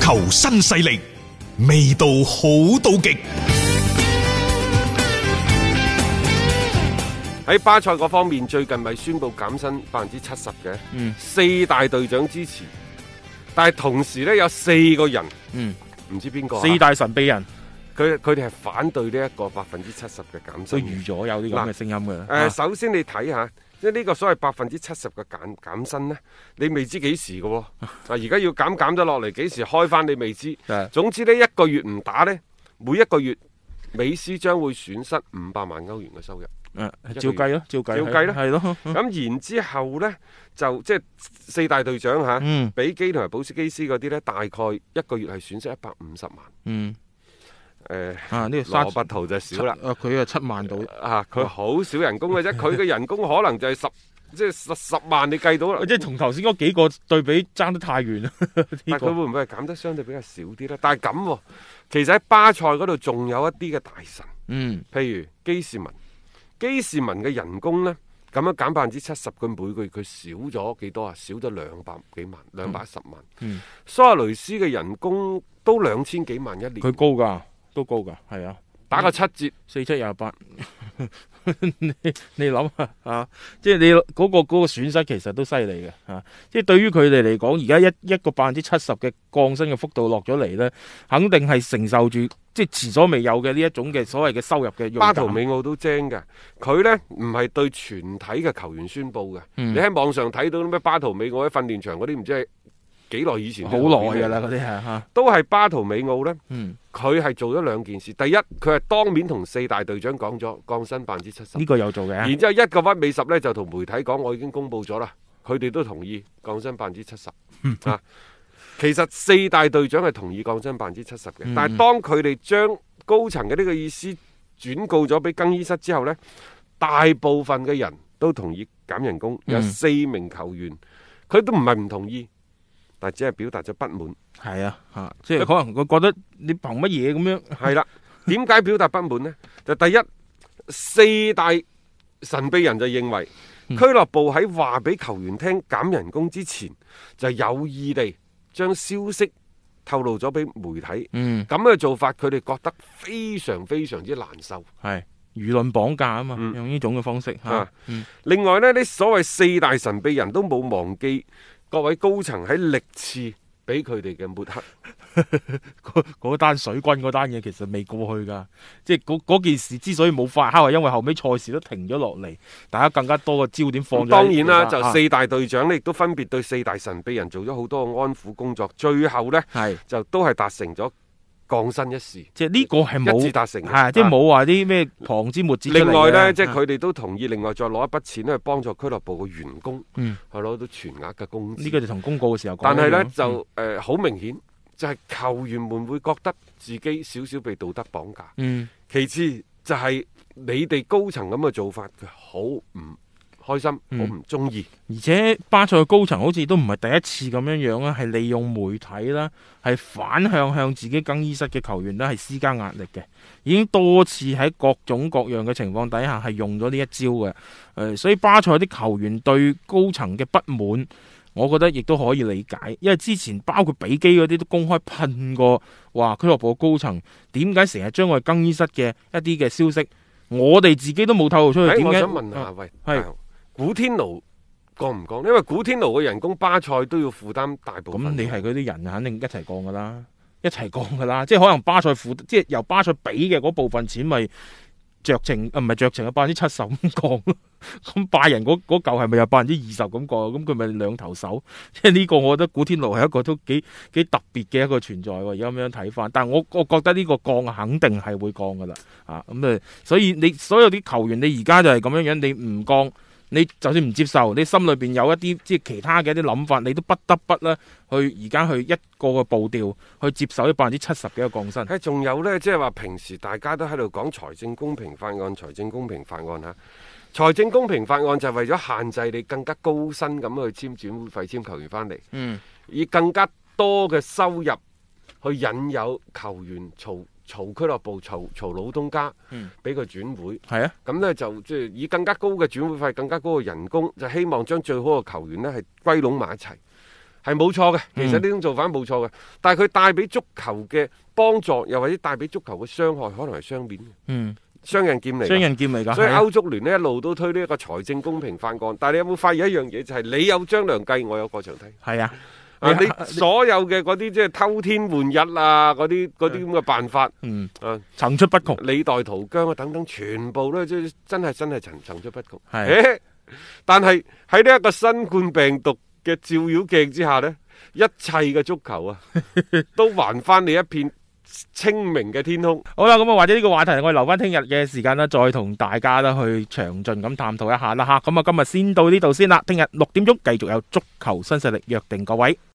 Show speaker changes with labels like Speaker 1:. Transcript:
Speaker 1: 球新勢力，味道好到極。
Speaker 2: 喺巴塞嗰方面，最近咪宣布減薪百分之七十嘅，
Speaker 3: 嗯
Speaker 2: 四大隊長支持，但係同時呢，有四個人
Speaker 3: 嗯，
Speaker 2: 唔知邊個啊
Speaker 3: 四大神秘人
Speaker 2: 佢佢哋係反對呢一個百分之七十嘅減
Speaker 3: 都
Speaker 2: 薪嘅。
Speaker 3: 預咗有呢咁嘅啊聲音㗎啦。
Speaker 2: 誒、首先你睇下，即係呢個所謂百分之七十嘅減減薪呢，你未知幾時嘅 喎、啊，而家要減減咗落嚟，幾時開翻你未知
Speaker 3: 係。
Speaker 2: 總之呢，一個月唔打呢，每一個月美斯將會損失五百萬歐元嘅收入。
Speaker 3: 啊誒照計咯，照計係，
Speaker 2: 照計咯
Speaker 3: 係咯。
Speaker 2: 咁然之後呢，就即係四大隊長嚇，
Speaker 3: 嗯
Speaker 2: 比基同埋保斯基斯嗰啲呢，大概一個月係損失一百五十萬。
Speaker 3: 嗯，
Speaker 2: 誒、
Speaker 3: 啊呢個沙哦
Speaker 2: 羅伯圖就少啦。
Speaker 3: 啊佢啊七萬到，
Speaker 2: 啊，佢好少人工嘅 啫，佢嘅人工可能就係十，即係十十萬你計到啦。
Speaker 3: 即係同頭先嗰幾個對比爭得太 遠啦。呢
Speaker 2: 但佢
Speaker 3: 個
Speaker 2: 會唔會係減得相對比較少啲呢？但係咁喎，其實喺巴塞嗰度仲有一啲嘅大神，
Speaker 3: 嗯
Speaker 2: 譬如基士文，基士文嘅人工呢，咁樣減百分之七十，佢每個月佢少咗幾多啊？少咗兩百幾萬，兩百一十萬。
Speaker 3: 嗯
Speaker 2: 蘇亞雷斯嘅人工都兩千幾萬一年，
Speaker 3: 佢高㗎，都高㗎，係啊。
Speaker 2: 打個七折。
Speaker 3: 四七廿八， 你你諗下啊，即係你嗰、個嗰、個損失其實都犀利嘅啊！即係對於佢哋嚟講，而家一一個百分之七十嘅降薪嘅幅度落咗嚟咧，肯定係承受住即係前所未有嘅呢一種嘅所謂嘅收入嘅
Speaker 2: 巴
Speaker 3: 用
Speaker 2: 圖美奧都精嘅，佢呢唔係對全體嘅球員宣佈嘅。
Speaker 3: 嗯
Speaker 2: 你喺網上睇到咩巴圖美奧喺訓練場嗰啲，唔知係幾耐以前
Speaker 3: 好耐
Speaker 2: 啊
Speaker 3: 㗎啦，，嗰啲係嚇，
Speaker 2: 都係巴圖美奧呢。
Speaker 3: 嗯，
Speaker 2: 佢係做咗兩件事，第一佢係當面同四大隊長講咗降薪百分之七十
Speaker 3: 呢、，個有做嘅，
Speaker 2: 然之後一個屈美十呢就同媒體講我已經公佈咗啦，佢哋都同意降薪百分之七十
Speaker 3: 嗯
Speaker 2: 啊。其實四大隊長係同意降薪百分之七十嘅，
Speaker 3: 嗯
Speaker 2: 但係當佢哋將高層嘅呢個意思轉告咗俾更衣室之後呢，大部分嘅人都同意減人工，有
Speaker 3: 嗯
Speaker 2: 四名球員佢都唔係唔同意，但只係表達咗不滿。
Speaker 3: 係啊嚇，即係可能佢覺得你憑乜嘢咁樣？
Speaker 2: 系啦，點解表達不滿呢？就第一，四大神秘人就認為
Speaker 3: 嗯
Speaker 2: 俱樂部喺話俾球員聽減人工之前，就有意地將消息透露咗俾媒體。
Speaker 3: 嗯，
Speaker 2: 咁嘅做法，佢哋覺得非常非常之難受。
Speaker 3: 係輿論綁架啊嘛，
Speaker 2: 嗯
Speaker 3: 用呢種嘅方式嚇，
Speaker 2: 啊
Speaker 3: 嗯
Speaker 2: 另外呢，呢所謂四大神秘人都冇忘記各位高層喺歷次俾佢哋嘅抹黑。
Speaker 3: 嗰嗰單水軍嗰單嘢其實未過去噶，即係嗰嗰件事之所以冇發酵，係因為後尾賽事都停咗落嚟，大家更加多嘅焦點放
Speaker 2: 咁
Speaker 3: 咗喺啊
Speaker 2: 當然啦，
Speaker 3: 其
Speaker 2: 就
Speaker 3: 他
Speaker 2: 四大隊長呢，亦都分別對四大神秘人做咗好多嘅安撫工作。最後呢。
Speaker 3: 啊係
Speaker 2: 就都係達成咗降薪一事，
Speaker 3: 即係呢個係
Speaker 2: 一致
Speaker 3: 冇
Speaker 2: 達成嘅。
Speaker 3: 係即係
Speaker 2: 啊
Speaker 3: 冇話啲咩旁枝末節出嚟嘅。
Speaker 2: 另外呢，即係
Speaker 3: 啊
Speaker 2: 佢哋都同意，另外再攞一筆錢去幫助俱樂部嘅員工，
Speaker 3: 嗯
Speaker 2: 去攞到全額嘅工資。
Speaker 3: 呢個就同公告嘅時候講啊
Speaker 2: 但係
Speaker 3: 一樣
Speaker 2: 呢，
Speaker 3: 咯
Speaker 2: 就誒好、明顯，就係球員們會覺得自己少少被道德綁架。
Speaker 3: 嗯
Speaker 2: 其次就係你哋高層咁嘅做法，佢好唔開心，
Speaker 3: 嗯
Speaker 2: 好唔中意。
Speaker 3: 而且巴塞高層好似都唔係第一次咁樣樣啦，係利用媒體啦，係反向向自己更衣室嘅球員啦，係施加壓力嘅，已經多次喺各種各樣嘅情況底下係用咗呢一招嘅。誒、所以巴塞啲球員對高層嘅不滿，我覺得亦都可以理解，因為之前包括比基嗰啲都公開噴過，話俱樂部高層點解成日將我哋更衣室嘅一啲嘅消息，我哋自己都冇透露出去，
Speaker 2: 誒哎
Speaker 3: 點
Speaker 2: 我
Speaker 3: 解？
Speaker 2: 想問下，
Speaker 3: 啊
Speaker 2: 喂，
Speaker 3: 係
Speaker 2: 啊古天奴降唔降？因為古天奴嘅人工巴塞都要負擔大部分。
Speaker 3: 咁你係嗰啲人，肯定一齊降噶啦，一齊降噶啦， 即係可能巴塞付，即係由巴塞俾嘅嗰部分錢，咪酌情啊，唔係酌情啊，百分之七十咁降咯。 咁拜仁嗰嗰嚿係咪有百分之二十咁降？咁佢咪兩頭手？即係呢個，我覺得古天奴係一個都幾幾特別嘅一個存在喎。而家咁樣睇翻，但係我我覺得呢個降肯定係會降噶啦。啊，咁啊，所以你所有啲球員，你而家就係咁樣樣，你唔降。你就算唔接受，你心裏邊有一啲即係其他嘅一啲諗法，你都不得不咧去而家去一個嘅步調去接受呢百分之七十嘅一個降薪。
Speaker 2: 誒，哎仲有呢，即係話平時大家都喺度講財政公平法案、財政公平法案嚇。財政公平法案就係為咗限制你更加高薪咁去簽轉會費簽球員翻嚟，
Speaker 3: 嗯，
Speaker 2: 以更加多嘅收入去引誘球員嘈嘈俱樂部、嘈嘈老東家
Speaker 3: 嗯，
Speaker 2: 俾佢轉會。
Speaker 3: 係啊，
Speaker 2: 咁呢，就即係以更加高嘅轉會費、更加高嘅人工，就希望將最好嘅球員呢係歸攏埋一齊。係冇錯嘅，其實呢種做法冇
Speaker 3: 嗯
Speaker 2: 錯嘅，但係佢帶俾足球嘅幫助，又或者帶俾足球嘅傷害，可能係雙面嘅，
Speaker 3: 嗯，
Speaker 2: 雙刃劍嚟㗎。
Speaker 3: 雙刃劍嚟㗎，
Speaker 2: 所以
Speaker 3: 係啊
Speaker 2: 歐足聯呢一路都推呢一個財政公平法案，但係你有冇發現一樣嘢就係、你有張良計，我有過牆梯。
Speaker 3: 係啊，
Speaker 2: 啊！
Speaker 3: 你
Speaker 2: 你所有嘅嗰啲即係偷天換日啊，嗰啲嗰啲咁嘅辦法
Speaker 3: 嗯，
Speaker 2: 啊，
Speaker 3: 層出不窮，
Speaker 2: 李代桃僵啊等等，全部都即係真係真係層層出不窮。
Speaker 3: 係啊
Speaker 2: 誒但係喺呢一個新冠病毒嘅照妖鏡之下呢，一切嘅足球啊，都還翻你一片清明嘅天空。
Speaker 3: 好啦，咁啊，或者呢個話題我哋留翻聽日嘅時間啦，再同大家啦去詳盡咁探討一下啦吓。咁啊，今日先到呢度先啦，聽日六點鐘繼續有足球新勢力約定各位。